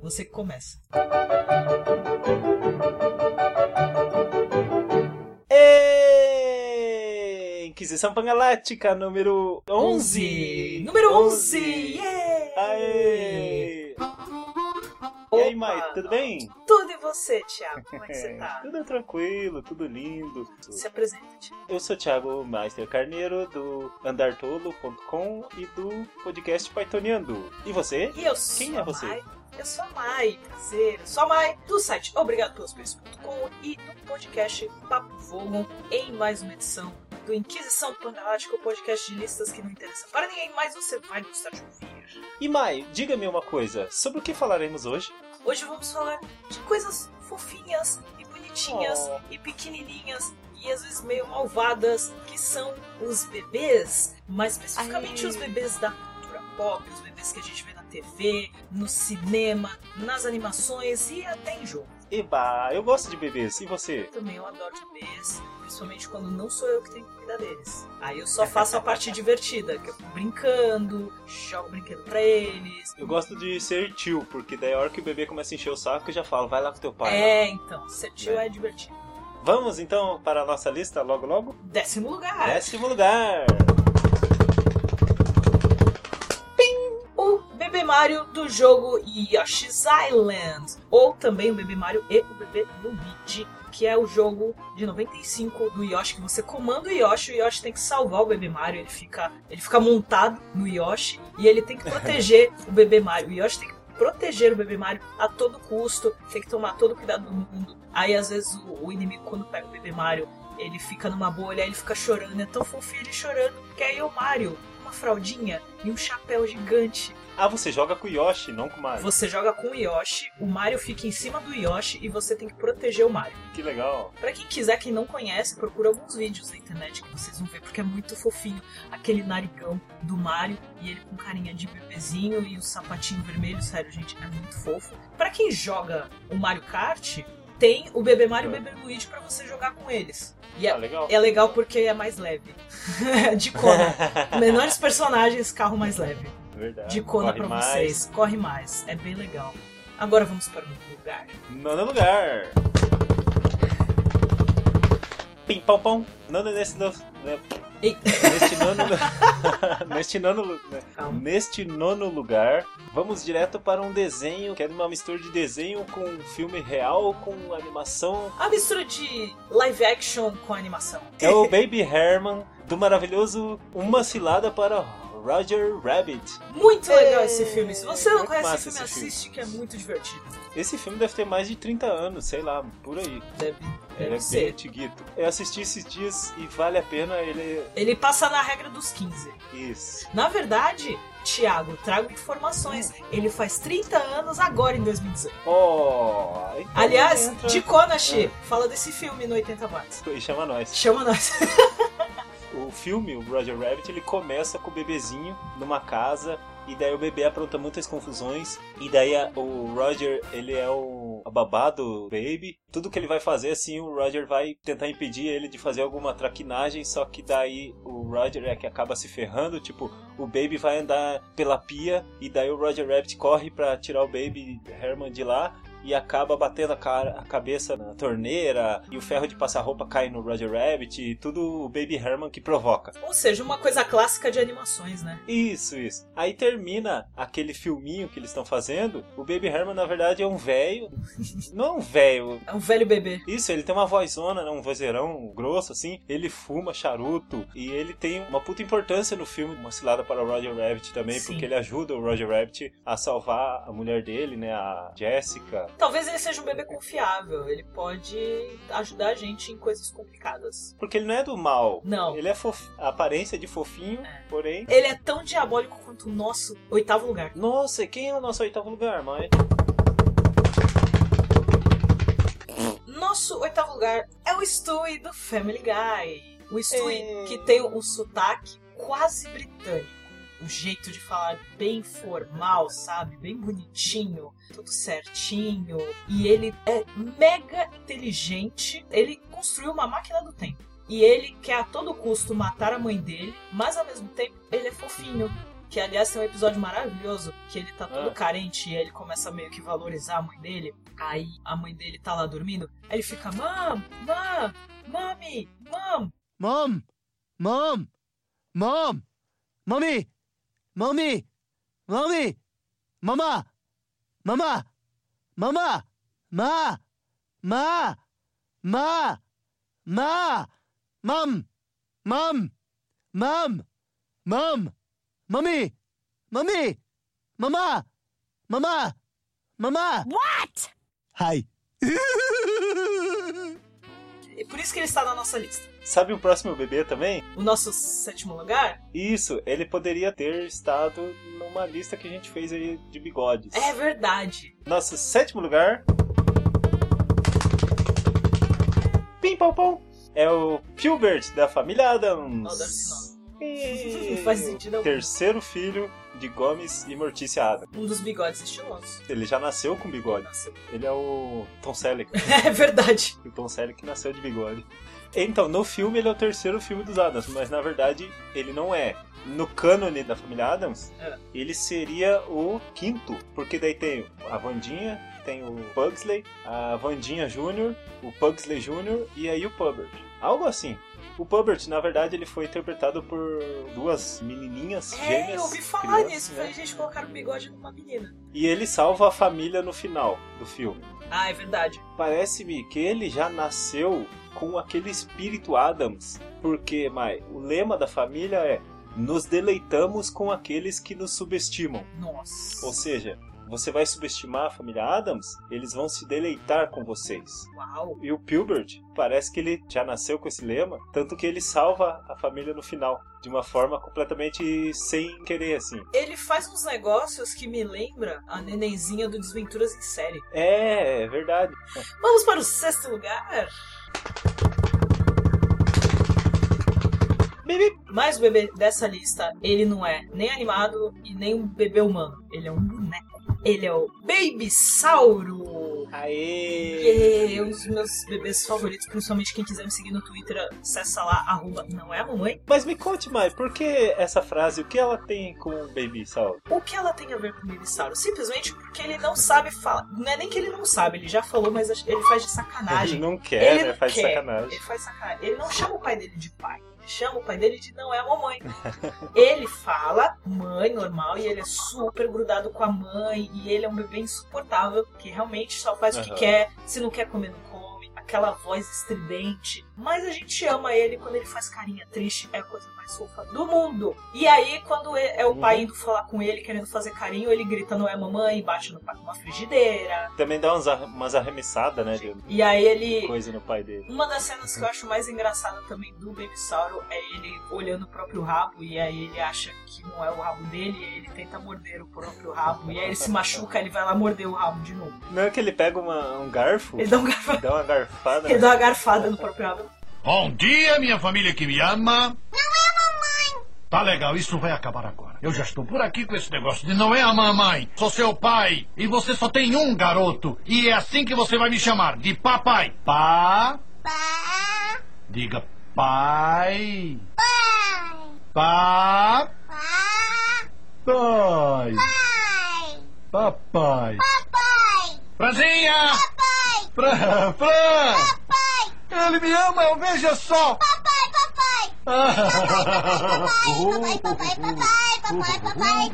Você que começa. Ê! Inquisição Pangalática número 11! Número 11! Yeah! Aê! E aí, Mai, tudo bem? Tudo e você, Thiago? Como é que você tá? Tudo tranquilo, tudo lindo. Se apresenta, Thiago. Eu sou o Thiago Meister Carneiro, do andartolo.com e do podcast Paitoneando. E você? E eu sou Quem é a você? Mai. Eu sou a Mai, prazer. Eu sou a Mai, do site obrigadopelaspeças.com e do podcast Papo Vogon, em mais uma edição do Inquisição Pangalática, o podcast de listas que não interessa para ninguém, mas você vai gostar de ouvir. E Mai, diga-me uma coisa, sobre o que falaremos hoje? Hoje vamos falar de coisas fofinhas e bonitinhas Oh. e pequenininhas e às vezes meio malvadas, que são os bebês, mais especificamente Aê. os bebês da cultura pop, os bebês que a gente vê na TV, no cinema, nas animações e até em jogo. Eba, eu gosto de bebês, e você? Também eu adoro bebês, principalmente quando não sou eu que tenho que cuidar deles. Aí eu só faço a parte divertida, que eu fico brincando, jogo brinquedo pra eles. Eu gosto de ser tio, porque daí a hora que o bebê começa a encher o saco, eu já falo, vai lá com teu pai. Né? É, então, ser tio é divertido. Vamos então para a nossa lista logo logo? Décimo lugar. Décimo lugar! o bebê Mario do jogo Yoshi's Island, ou também o bebê Mario e o bebê Luigi, que é o jogo de 95 do Yoshi que você comanda o Yoshi, o Yoshi tem que salvar o bebê Mario, ele fica, ele fica montado no Yoshi e ele tem que proteger o bebê Mario. O Yoshi tem que proteger o bebê Mario a todo custo, tem que tomar todo o cuidado do mundo. Aí às vezes o, o inimigo quando pega o bebê Mario, ele fica numa bolha, aí ele fica chorando, é tão fofinho ele chorando, que aí o Mario, uma fraldinha e um chapéu gigante Ah, você joga com o Yoshi, não com o Mario. você joga com o Yoshi, o Mario fica em cima do Yoshi e você tem que proteger o Mario. Que legal. Pra quem quiser, quem não conhece, procura alguns vídeos na internet que vocês vão ver, porque é muito fofinho aquele narigão do Mario e ele com carinha de bebezinho e o sapatinho vermelho, sério, gente, é muito fofo. Pra quem joga o Mario Kart, tem o bebê Mario e o bebê Luigi pra você jogar com eles. E Ah, é, legal. é legal porque é mais leve. de Kona. Menores personagens, carro mais leve Verdade. é de Kona É, Corre pra mais. vocês. Corre mais, é bem legal. Agora vamos para um lugar. Nono lugar. Pim, pão, pão. Nono nesse... No... né? Ei. Neste nono... lu- neste nono... lu- né? Calma. Neste nono lugar, vamos direto para um desenho, que é uma mistura de desenho com filme real, com animação. A mistura de live action com animação. É o Baby Herman, do maravilhoso Uma Cilada para Roger Rabbit. Muito É, legal esse filme. Se você não muito conhece massa esse filme, esse filme. assiste que é muito divertido. Esse filme deve ter mais de 30 anos, sei lá, por aí. Deve, Ele deve é bem ser. antiguito. Eu assisti esses dias e vale a pena ele. Ele passa na regra dos 15. Isso. Na verdade, Thiago, trago informações. Hum. Ele faz 30 anos agora em 2018. Ó. então Aliás, entra- Ah. Tikonashi fala desse filme no 80 watts. E chama nós. Chama nós. O filme, o Roger Rabbit, ele começa com o bebezinho numa casa. E daí o bebê apronta muitas confusões. E daí a- o Roger, ele é o a babá do baby. Tudo que ele vai fazer, assim, o Roger vai tentar impedir ele de fazer alguma traquinagem. Só que daí o Roger é que acaba se ferrando. Tipo, o Baby vai andar pela pia e daí o Roger Rabbit corre pra tirar o Baby Herman de lá e acaba batendo a, cara- a cabeça na torneira e o ferro de passar roupa cai no Roger Rabbit e tudo o Baby Herman que provoca. Ou seja, uma coisa clássica de animações, né? Isso, isso. Aí termina aquele filminho que eles estão fazendo. O Baby Herman na verdade é um velho, não é um velho, É um velho bebê. isso, ele tem uma vozona, né, um vozeirão grosso, assim. Ele fuma charuto e ele tem uma puta importância no filme. Uma cilada para o Roger Rabbit também, Sim. porque ele ajuda o Roger Rabbit a salvar a mulher dele, né, a Jessica. Talvez ele seja um bebê confiável, ele pode ajudar a gente em coisas complicadas. Porque ele não é do mal. Não. Ele é fof... a aparência de fofinho, porém... Ele é tão diabólico quanto o nosso oitavo lugar. Nossa, e quem é o nosso oitavo lugar, mãe? Nosso oitavo lugar é o Stewie do Family Guy. O Stewie É. que tem um sotaque quase britânico. Um jeito de falar bem formal, sabe? Bem bonitinho, tudo certinho. E ele é mega inteligente. Ele construiu uma máquina do tempo. E ele quer a todo custo matar a mãe dele, mas ao mesmo tempo ele é fofinho. que aliás tem um episódio maravilhoso, que ele tá todo Ah. carente e aí ele começa a meio que valorizar a mãe dele. Aí a mãe dele tá lá dormindo, aí ele fica, mam, mam, mami, mam. Mom! Mom! Mom! Mommy! Mommy! Mommy! Mama! Mama! Mama! Ma! Ma! Ma! Ma! Mom! Mom! Mom! Mom! Mommy! Mommy! Mama! Mama! Mama! What? Hi! E por isso que ele está na nossa lista. Sabe o próximo bebê também? O nosso sétimo lugar Isso, ele poderia ter estado numa lista que a gente fez aí de bigodes. é verdade. Nosso sétimo lugar. Pim pom pom! É o Gilbert da família Não, deve Adams. ser nome. E- Não faz sentido algum. Terceiro filho de Gomes e Mortícia Adams. Um dos bigodes estilosos. Ele já nasceu com bigode. Nasceu. Ele é o Tom Selleck. É verdade. o Tom Selleck nasceu de bigode. Então, no filme ele é o terceiro filme dos Adams, mas na verdade ele não é. No cânone da família Adams, É. ele seria o quinto, porque daí tem a Vandinha, tem o Pugsley, a Vandinha Jr., o Pugsley Jr. e aí o Pubert. Algo assim. O Pubert, na verdade, ele foi interpretado por duas menininhas gêmeas. É, eu ouvi falar crianças, nisso. né? Falei, gente, colocaram o bigode numa menina. E ele salva a família no final do filme. Ah, é verdade. Parece-me que ele já nasceu com aquele espírito Adams, porque, Mai, o lema da família é nos deleitamos com aqueles que nos subestimam. Nossa. Ou seja, você vai subestimar a família Adams, eles vão se deleitar com vocês. Uau. E o Pilbert, parece que ele já nasceu com esse lema, tanto que ele salva a família no final, de uma forma completamente sem querer, assim. Ele faz uns negócios que me lembra a nenenzinha do Desventuras em Série. É, é verdade. Vamos para o sexto lugar. Bebê. Mas o um bebê dessa lista, ele não é nem animado e nem um bebê humano. Ele é um boneco. Ele é o Baby Sauro. Aê! É um dos meus bebês favoritos, principalmente quem quiser me seguir no Twitter, acessa lá, arroba não é a mamãe. Mas me conte, Mai, por que essa frase? O que ela tem com o Baby Saul? O que ela tem a ver com o Baby Sauro? Simplesmente porque ele não sabe falar. Não é nem que ele não sabe, ele já falou, mas ele faz de Ele sacanagem. não quer, Ah, Ele né? não Faz quer. sacanagem. Ele faz sacanagem. Ele não chama o pai dele de pai. Ele chama o pai dele de não é a mamãe. ele fala mãe normal e ele é super grudado com a mãe. E ele é um bebê insuportável que realmente só faz o que Aham. quer. Se não quer comer, não come. Aquela voz estridente. Mas a gente ama ele quando ele faz carinha triste. É a coisa mais fofa do mundo. E aí, quando é é o Uhum. pai indo falar com ele, querendo fazer carinho, ele grita não é a mamãe, bate no pai com uma frigideira. Também dá umas, ar- umas arremessadas, né? De E aí ele. coisa no pai dele. Uma das cenas que eu acho mais engraçada também do Baby Sauro é ele olhando o próprio rabo e aí ele acha que não é o rabo dele e aí ele tenta morder o próprio rabo e aí ele se machuca, ele vai lá morder o rabo de novo. Não é que ele pega uma- um garfo, Ele dá, um garfa- dá uma garfada. né? ele dá uma garfada no próprio rabo. Bom dia, minha família que me ama. Não é mamãe. Tá legal, isso vai acabar agora. Eu já estou por aqui com esse negócio de não é a mamãe, sou seu pai. E você só tem um garoto. E é assim que você vai me chamar, de papai. Pá. Pá. Diga pai. Pai. Pá. Pai. Papai. Papai. Franzinha. Papai. Fran. Fran. Ele me ama, veja só! Papai, papai! Papai, papai, papai, papai, papai!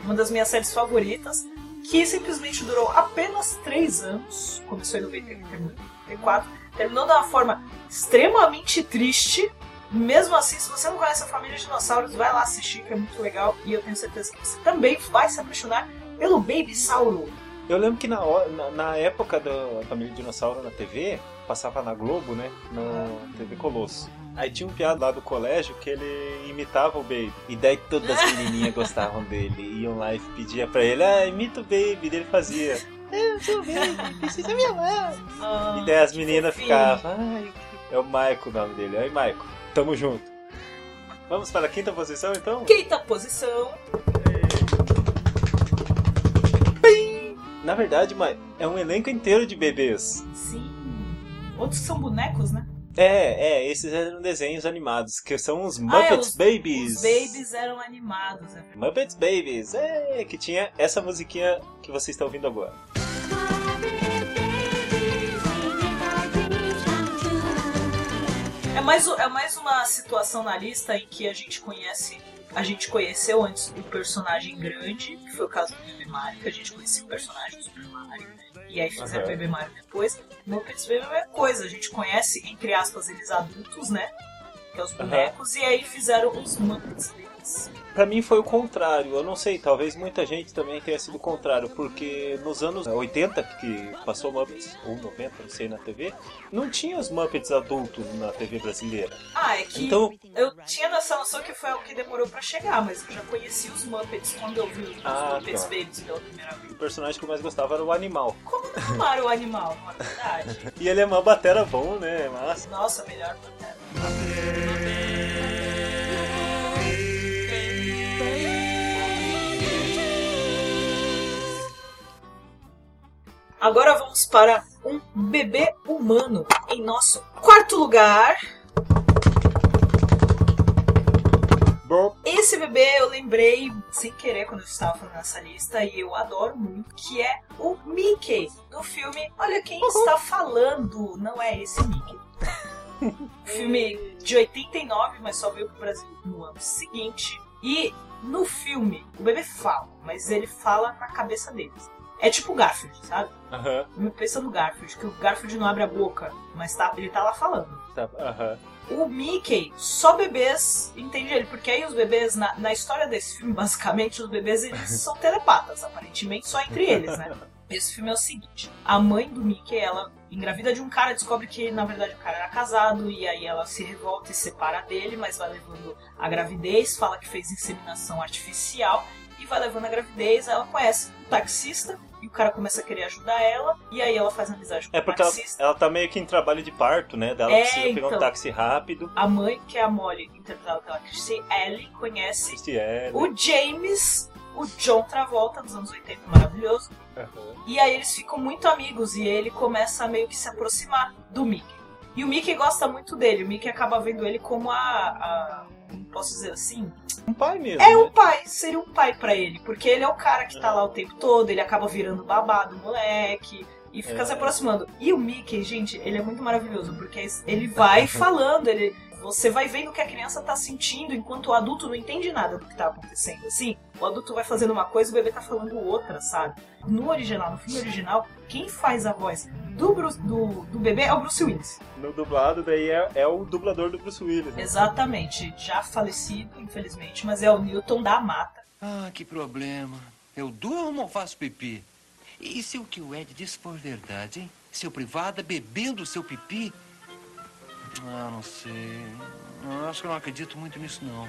Uma das minhas séries favoritas que simplesmente durou apenas 3 anos, começou em 90 terminou em 94, terminou de uma forma extremamente triste. Mesmo assim, se você não conhece a família de dinossauros, vai lá assistir, que é muito legal. E eu tenho certeza que você também vai se apaixonar pelo Baby Sauro. Eu lembro que na, hora- na, na época da Família Dinossauro na TV, passava na Globo, né? Na TV Colosso. Aí tinha um piado lá do colégio que ele imitava o Baby. E daí todas as menininhas gostavam dele. Iam lá e pedia pra ele, ah, imita o Baby. Daí ele fazia. Ah, E daí as meninas fofinho. ficavam. Ai, que- é o Maico o nome dele. Aí, Maico, tamo junto. Vamos para a quinta posição então? Quinta posição. Na verdade, Mai, é um elenco inteiro de bebês. Sim. Outros que são bonecos, né? É, é, esses eram desenhos animados, que são os Ah, é, Muppets os- Babies. Os babies eram animados. né? Muppets Babies, é, que tinha essa musiquinha que você está ouvindo agora. É mais, o- é mais uma situação na lista em que a gente conhece. A gente conheceu antes o personagem grande, que foi o caso do Bebê Mario, que a gente conhecia o personagem do Super Mario. né? E aí fizeram o Aham. Bebê Mario depois. Muppets Baby é a mesma coisa, a gente conhece, entre aspas, eles adultos, né? Que é os bonecos, e aí fizeram os Muppets Babies. Pra mim foi o contrário, eu não sei, talvez muita gente também tenha sido o contrário, porque nos anos 80 que passou Muppets, ou 90, não sei, na TV, não tinha os Muppets adultos na TV brasileira. Ah, é que Então, eu tinha nessa noção que foi o que demorou pra chegar, mas eu já conheci os Muppets quando eu vi os Ah, Muppets tá. Babies pela primeira vez. o personagem que eu mais gostava era o animal. Como chamaram o animal, na verdade? E ele é uma batera bom, né? Mas Nossa, melhor Pantera. Agora vamos para um bebê humano em nosso quarto lugar. bom, Esse bebê eu lembrei sem querer quando eu estava fazendo essa lista e eu adoro muito, que é o Mickey do filme Olha Quem Está Falando. Não é esse Mickey. filme de 89, mas só veio pro Brasil no ano seguinte. E no filme, o bebê fala, mas ele fala na cabeça deles. É tipo o Garfield, sabe? aham, Me Pensa no Garfield, que o Garfield não abre a boca, mas tá, ele tá lá falando. tá, aham. O Mickey, só bebês entende ele, porque aí os bebês, na, na história desse filme, basicamente, os bebês eles são telepatas, aparentemente, só entre eles, né? Esse filme é o seguinte: a mãe do Mickey, ela engravida de um cara, descobre que na verdade o cara era casado, e aí ela se revolta e se separa dele, mas vai levando a gravidez, fala que fez inseminação artificial, e vai levando a gravidez. Ela conhece um taxista, e o cara começa a querer ajudar ela, e aí ela faz amizade com É o porque ela, taxista. ela tá meio que em trabalho de parto, né? Daí Ela É, precisa pegar um então. táxi rápido. A mãe, que é a Molly, interpretada pela Christine Ellie, conhece Este é. o James, o John Travolta, dos anos 80, maravilhoso. Aham. E aí eles ficam muito amigos e ele começa a meio que se aproximar do Mickey. E o Mickey gosta muito dele, o Mickey acaba vendo ele como a. a- como posso dizer assim? Um pai mesmo. É né? um pai, seria um pai pra ele, porque ele é o cara que tá lá o tempo todo, ele acaba virando babado, moleque. E fica É. se aproximando. E o Mickey, gente, ele é muito maravilhoso, porque ele vai falando, ele, você vai vendo o que a criança tá sentindo, enquanto o adulto não entende nada do que tá acontecendo. Assim, o adulto vai fazendo uma coisa e o bebê tá falando outra, sabe? No original, no filme original, quem faz a voz do, Bru- do, do bebê é o Bruce Willis. No dublado, daí é, é o dublador do Bruce Willis. né? Exatamente, já falecido, infelizmente, mas é o Newton da Mata. Ah, que problema. Eu durmo ou faço pipi? E se o que o Ed disse for verdade, hein? Seu privada bebendo seu pipi? Ah, não sei. Eu acho que eu não acredito muito nisso, não.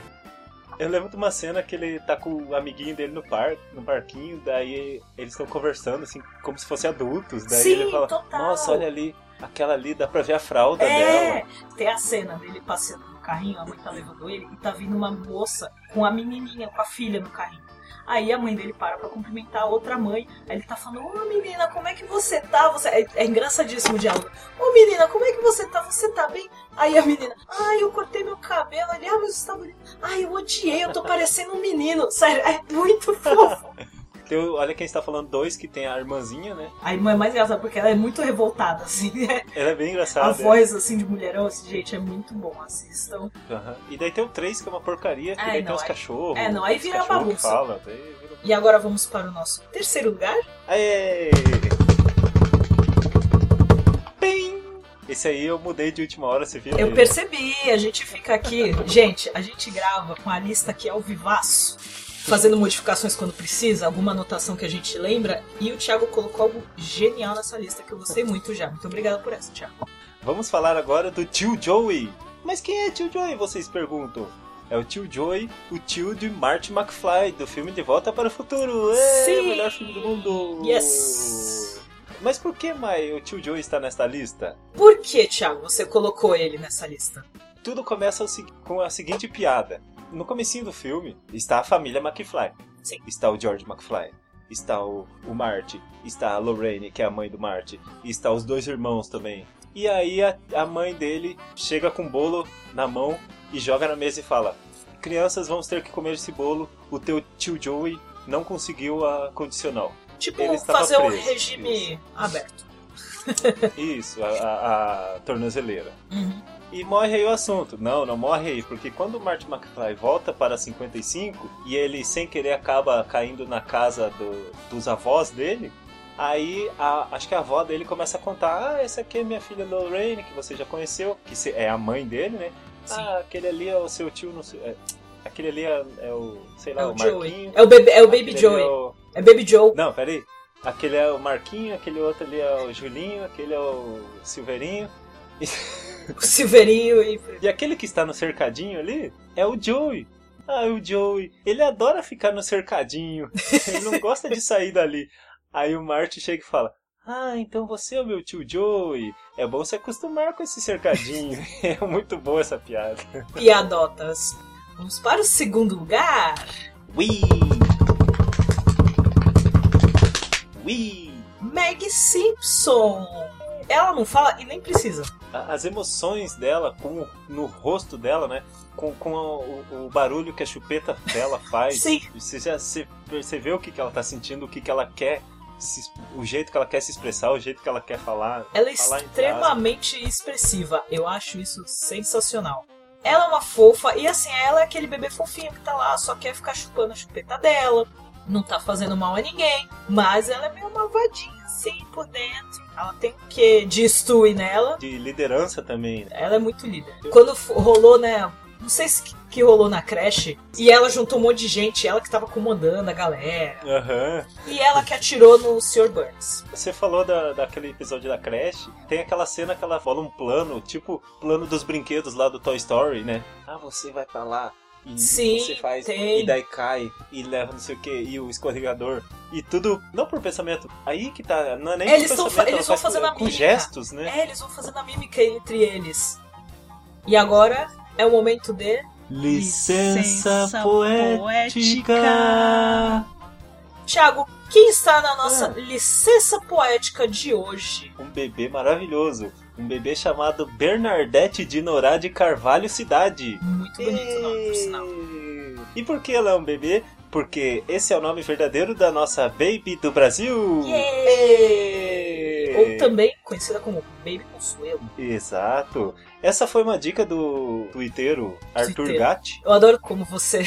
Eu lembro de uma cena que ele tá com o amiguinho dele no par, no parquinho, daí eles estão conversando, assim, como se fossem adultos. Daí Sim, ele fala, total. nossa, olha ali, aquela ali, dá pra ver a fralda É, dela. tem a cena dele passeando no carrinho, a mãe tá levando ele e tá vindo uma moça com a menininha, com a filha no carrinho. Aí a mãe dele para pra cumprimentar a outra mãe. Aí ele tá falando: Ô menina, como é que você tá? Você... É, é engraçadíssimo o diálogo. Ô menina, como é que você tá? Você tá bem? Aí a menina: Ai, eu cortei meu cabelo. Ele: Ah, mas você tá bonito. Ai, eu odiei, eu tô parecendo um menino. Sério, é muito fofo. Tem o- olha quem está falando, dois, que tem a irmãzinha, né? A irmã é mais engraçada porque ela é muito revoltada, assim. né? Ela é bem engraçada. A né? voz, assim, de mulherão, assim, gente, é muito bom. Assistam. Aham. E daí tem o três, que é uma porcaria, que Ai, daí não, tem os aí- cachorros. é, não, aí os vira cachorros que bagunça. Fala, daí vira... E agora vamos para o nosso terceiro lugar. Aê! Pim! Esse aí eu mudei de última hora, você viu? Eu percebi, a gente fica aqui. Gente, a gente grava com a lista que é o vivaço, fazendo modificações quando precisa, alguma anotação que a gente lembra. E o Thiago colocou algo genial nessa lista que eu gostei muito já. Muito obrigada por essa, Thiago. Vamos falar agora do tio Joey. Mas quem é tio Joey, vocês perguntam? É o tio Joey, o tio de Marty McFly, do filme De Volta para o Futuro. É Sim! o melhor filme do mundo. Yes! Mas por que, Mai, o tio Joey está nesta lista? Por que, Thiago, você colocou ele nessa lista? Tudo começa o se- com a seguinte piada. No comecinho do filme, está a família McFly. Sim. Está o George McFly. Está o, o Marty. Está a Lorraine, que é a mãe do Marty. E está os dois irmãos também. E aí a, a mãe dele chega com o bolo na mão e joga na mesa e fala: Crianças, vamos ter que comer esse bolo. O teu tio Joey não conseguiu a condicional. Ele Tipo, estava fazer um preso, regime aberto. Isso, a, a- a tornozeleira. Uhum. E morre aí o assunto. Não, não morre aí, porque quando o Marty McFly volta para 55 e ele sem querer acaba caindo na casa do- dos avós dele, aí a- acho que a avó dele começa a contar: Ah, essa aqui é minha filha Lorraine, que você já conheceu, que se- é a mãe dele, né? Sim. Ah, aquele ali é o seu tio, não sei. é, aquele ali é, é o, sei lá, É o, o Joey. Marquinho. É o, bebê, é o Baby Aquele ali Joey. é o- É Baby Joe. não, peraí. Aquele é o Marquinho, aquele outro ali é o Julinho, aquele é o Silveirinho. O Silveirinho e. E aquele que está no cercadinho ali é o Joey. Ah, o Joey. Ele adora ficar no cercadinho. Ele não gosta de sair dali. Aí o Marty chega e fala: Ah, então você é o meu tio Joey. É bom se acostumar com esse cercadinho. É muito boa essa piada. piadotas. Vamos para o segundo lugar. Ui! Ui! Meg Simpson. Ela não fala e nem precisa. a- as emoções dela com no rosto dela, né? Com, com a- o, o barulho que a chupeta dela faz. Sim. Você já você percebeu o que, que ela tá sentindo, o que, que ela quer, se- o jeito que ela quer se expressar, o jeito que ela quer falar. Ela é falar em extremamente expressiva. Eu acho isso sensacional. Ela é uma fofa e assim, ela é aquele bebê fofinho que tá lá, só quer ficar chupando a chupeta dela. Não tá fazendo mal a ninguém. Mas ela é meio malvadinha assim por dentro. Ela tem o quê de Stewie nela. De liderança também. né? Ela é muito líder. Quando f- rolou, né? Não sei se que- que rolou na creche. E ela juntou um monte de gente, ela que tava comandando a galera. Aham. E ela que atirou no Sr. Burns. Você falou da, daquele episódio da creche. Tem aquela cena que ela fala um plano, tipo plano dos brinquedos lá do Toy Story, né? Ah, você vai pra lá. E Sim, você faz tem. e daí cai e leva não sei o que e o escorregador e tudo não por pensamento aí que tá não é nem É, por eles tão pensamento, fa- ela eles tão faz com- fazendo a com mímica. gestos né É, eles vão fazendo a mímica entre eles. E agora é o momento de. Licença poética. Tiago, quem está na nossa licença poética de hoje? um bebê maravilhoso um bebê chamado Bernadette de Norá de Carvalho Cidade Muito bonito o nome, por sinal. e por que ela é um bebê porque esse é o nome verdadeiro da nossa baby do Brasil Yay! Ou também conhecida como Baby Consuelo. Exato. Essa foi uma dica do twitteiro Arthur Twitteiro. Gatti. Eu adoro como você.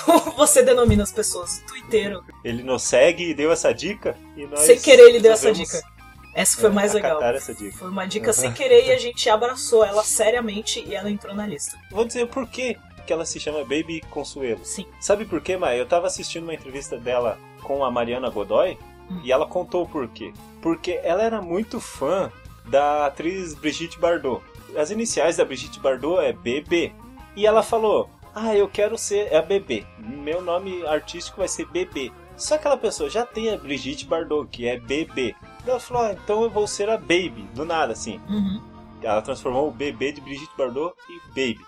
como você denomina as pessoas. Twitteiro. Ele nos segue e deu essa dica. E nós Sem querer ele deu essa resolvemos, dica. Essa foi é, mais legal. acatar essa dica. Foi uma dica sem querer e a gente abraçou ela seriamente e ela entrou na lista. Vou dizer por quê que ela se chama Baby Consuelo. Sim. Sabe por quê, Maia? Eu tava assistindo uma entrevista dela com a Mariana Godoy Hum. e ela contou o porquê. Porque ela era muito fã da atriz Brigitte Bardot. As iniciais da Brigitte Bardot é BB. E ela falou: Ah, eu quero ser a BB. Meu nome artístico vai ser BB. Só que aquela pessoa já tem a Brigitte Bardot, que é BB. Ela falou: ah, então eu vou ser a Baby, do nada assim. Uhum. Ela transformou o bebê de Brigitte Bardot em Baby.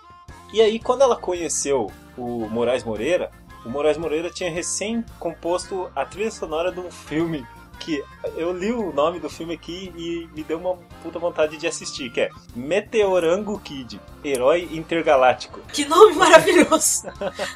E aí, quando ela conheceu o Moraes Moreira, o Moraes Moreira tinha recém composto a trilha sonora de um filme que eu li o nome do filme aqui e me deu uma puta vontade de assistir, que é Meteorango Kid, Herói Intergaláctico. Que nome maravilhoso! É um filme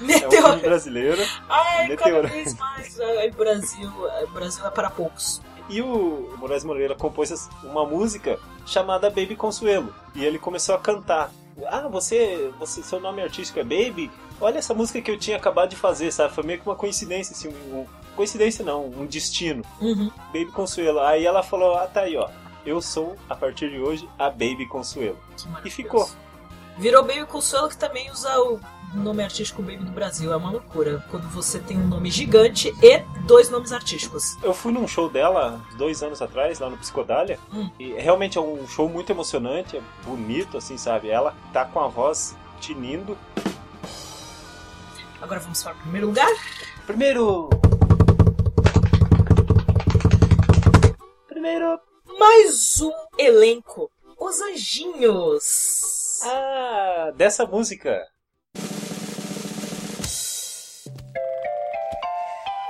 Meteoro. brasileiro. Ai, cada meteoro. vez mais. Ai, Brasil. Ai, Brasil é para poucos. E o Moraes Moreira compôs as- uma música chamada Baby Consuelo. E ele começou a cantar. Ah, você, você seu nome artístico é Baby? Olha essa música que eu tinha acabado de fazer, sabe? Foi meio que uma coincidência, assim, um, coincidência não, um destino. Uhum. Baby Consuelo. Aí ela falou, ah, tá aí, ó. Eu sou, a partir de hoje, a Baby Consuelo. Que maravilhoso. E ficou. Virou Baby Consuelo que também usa o nome artístico Baby do Brasil. É uma loucura. Quando você tem um nome gigante e dois nomes artísticos. Eu fui num show dela dois anos atrás, lá no Psicodália, Hum. e realmente é um show muito emocionante, é bonito, assim, sabe? Ela tá com a voz tinindo. Agora vamos para o primeiro lugar. Primeiro. Primeiro. Mais um elenco. Os Anjinhos. Ah, dessa música.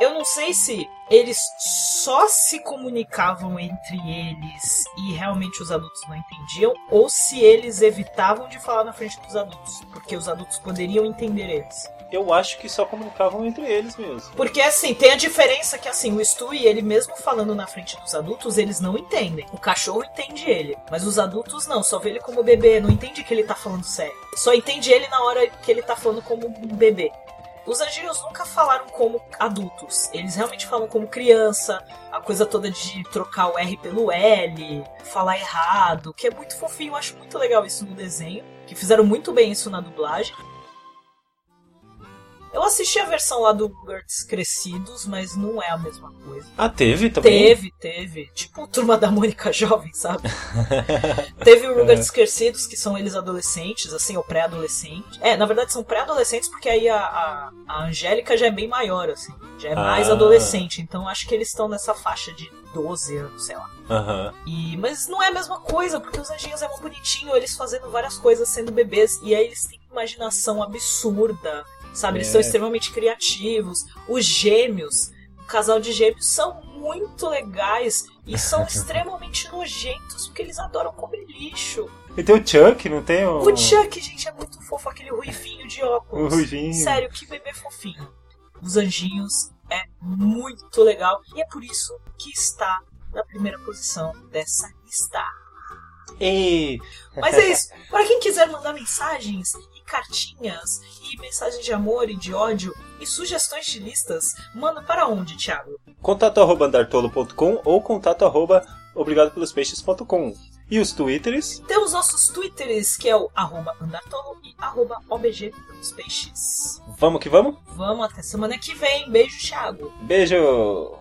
Eu eu não sei se eles só se comunicavam entre eles e realmente os adultos não entendiam, ou se eles evitavam de falar na frente dos adultos, porque os adultos poderiam entender eles. Eu acho que só comunicavam entre eles mesmo. Porque assim, tem a diferença que assim, o Stu e ele mesmo falando na frente dos adultos, eles não entendem. O cachorro entende ele, mas os adultos não, só vê ele como bebê, não entende que ele tá falando sério. Só entende ele na hora que ele tá falando como um bebê. Os anjinhos nunca falaram como adultos. Eles realmente falam como criança, a coisa toda de trocar o R pelo L, falar errado, que é muito fofinho, eu acho muito legal isso no desenho, que fizeram muito bem isso na dublagem. Eu assisti a versão lá do Gertz Crescidos, mas não é a mesma coisa. Ah, teve também? Teve, teve. Tipo Turma da Mônica Jovem, sabe? teve o Rugrats É. Crescidos, que são eles adolescentes, assim, ou pré-adolescentes. É, na verdade são pré-adolescentes porque aí a, a, a Angélica já é bem maior, assim. Já é mais Ah. adolescente. Então acho que eles estão nessa faixa de 12 anos, sei lá. Aham. E, mas não é a mesma coisa, porque os anjinhos é mó bonitinho, eles fazendo várias coisas sendo bebês, e aí eles têm imaginação absurda, sabe? Eles É. são extremamente criativos. Os gêmeos, o casal de gêmeos, são muito legais e são extremamente nojentos, porque eles adoram comer lixo. E tem o Chuck, não tem? O, O Chuck, gente, é muito fofo, aquele ruivinho de Oh. O óculos. Ruginho. Sério, que bebê fofinho. Os Anjinhos é muito legal e é por isso que está na primeira posição dessa lista. Ei, Mas é isso. Para quem quiser mandar mensagens e cartinhas e mensagens de amor e de ódio e sugestões de listas, manda para onde, Thiago? contato arroba andartolo.com ou contato arroba obrigadopelospeixes.com. E os twitters? Tem os nossos twitters, que é o arroba andartolo e arroba obg pelos peixes. Vamos que vamos? Vamos até semana que vem. Beijo, Thiago. Beijo!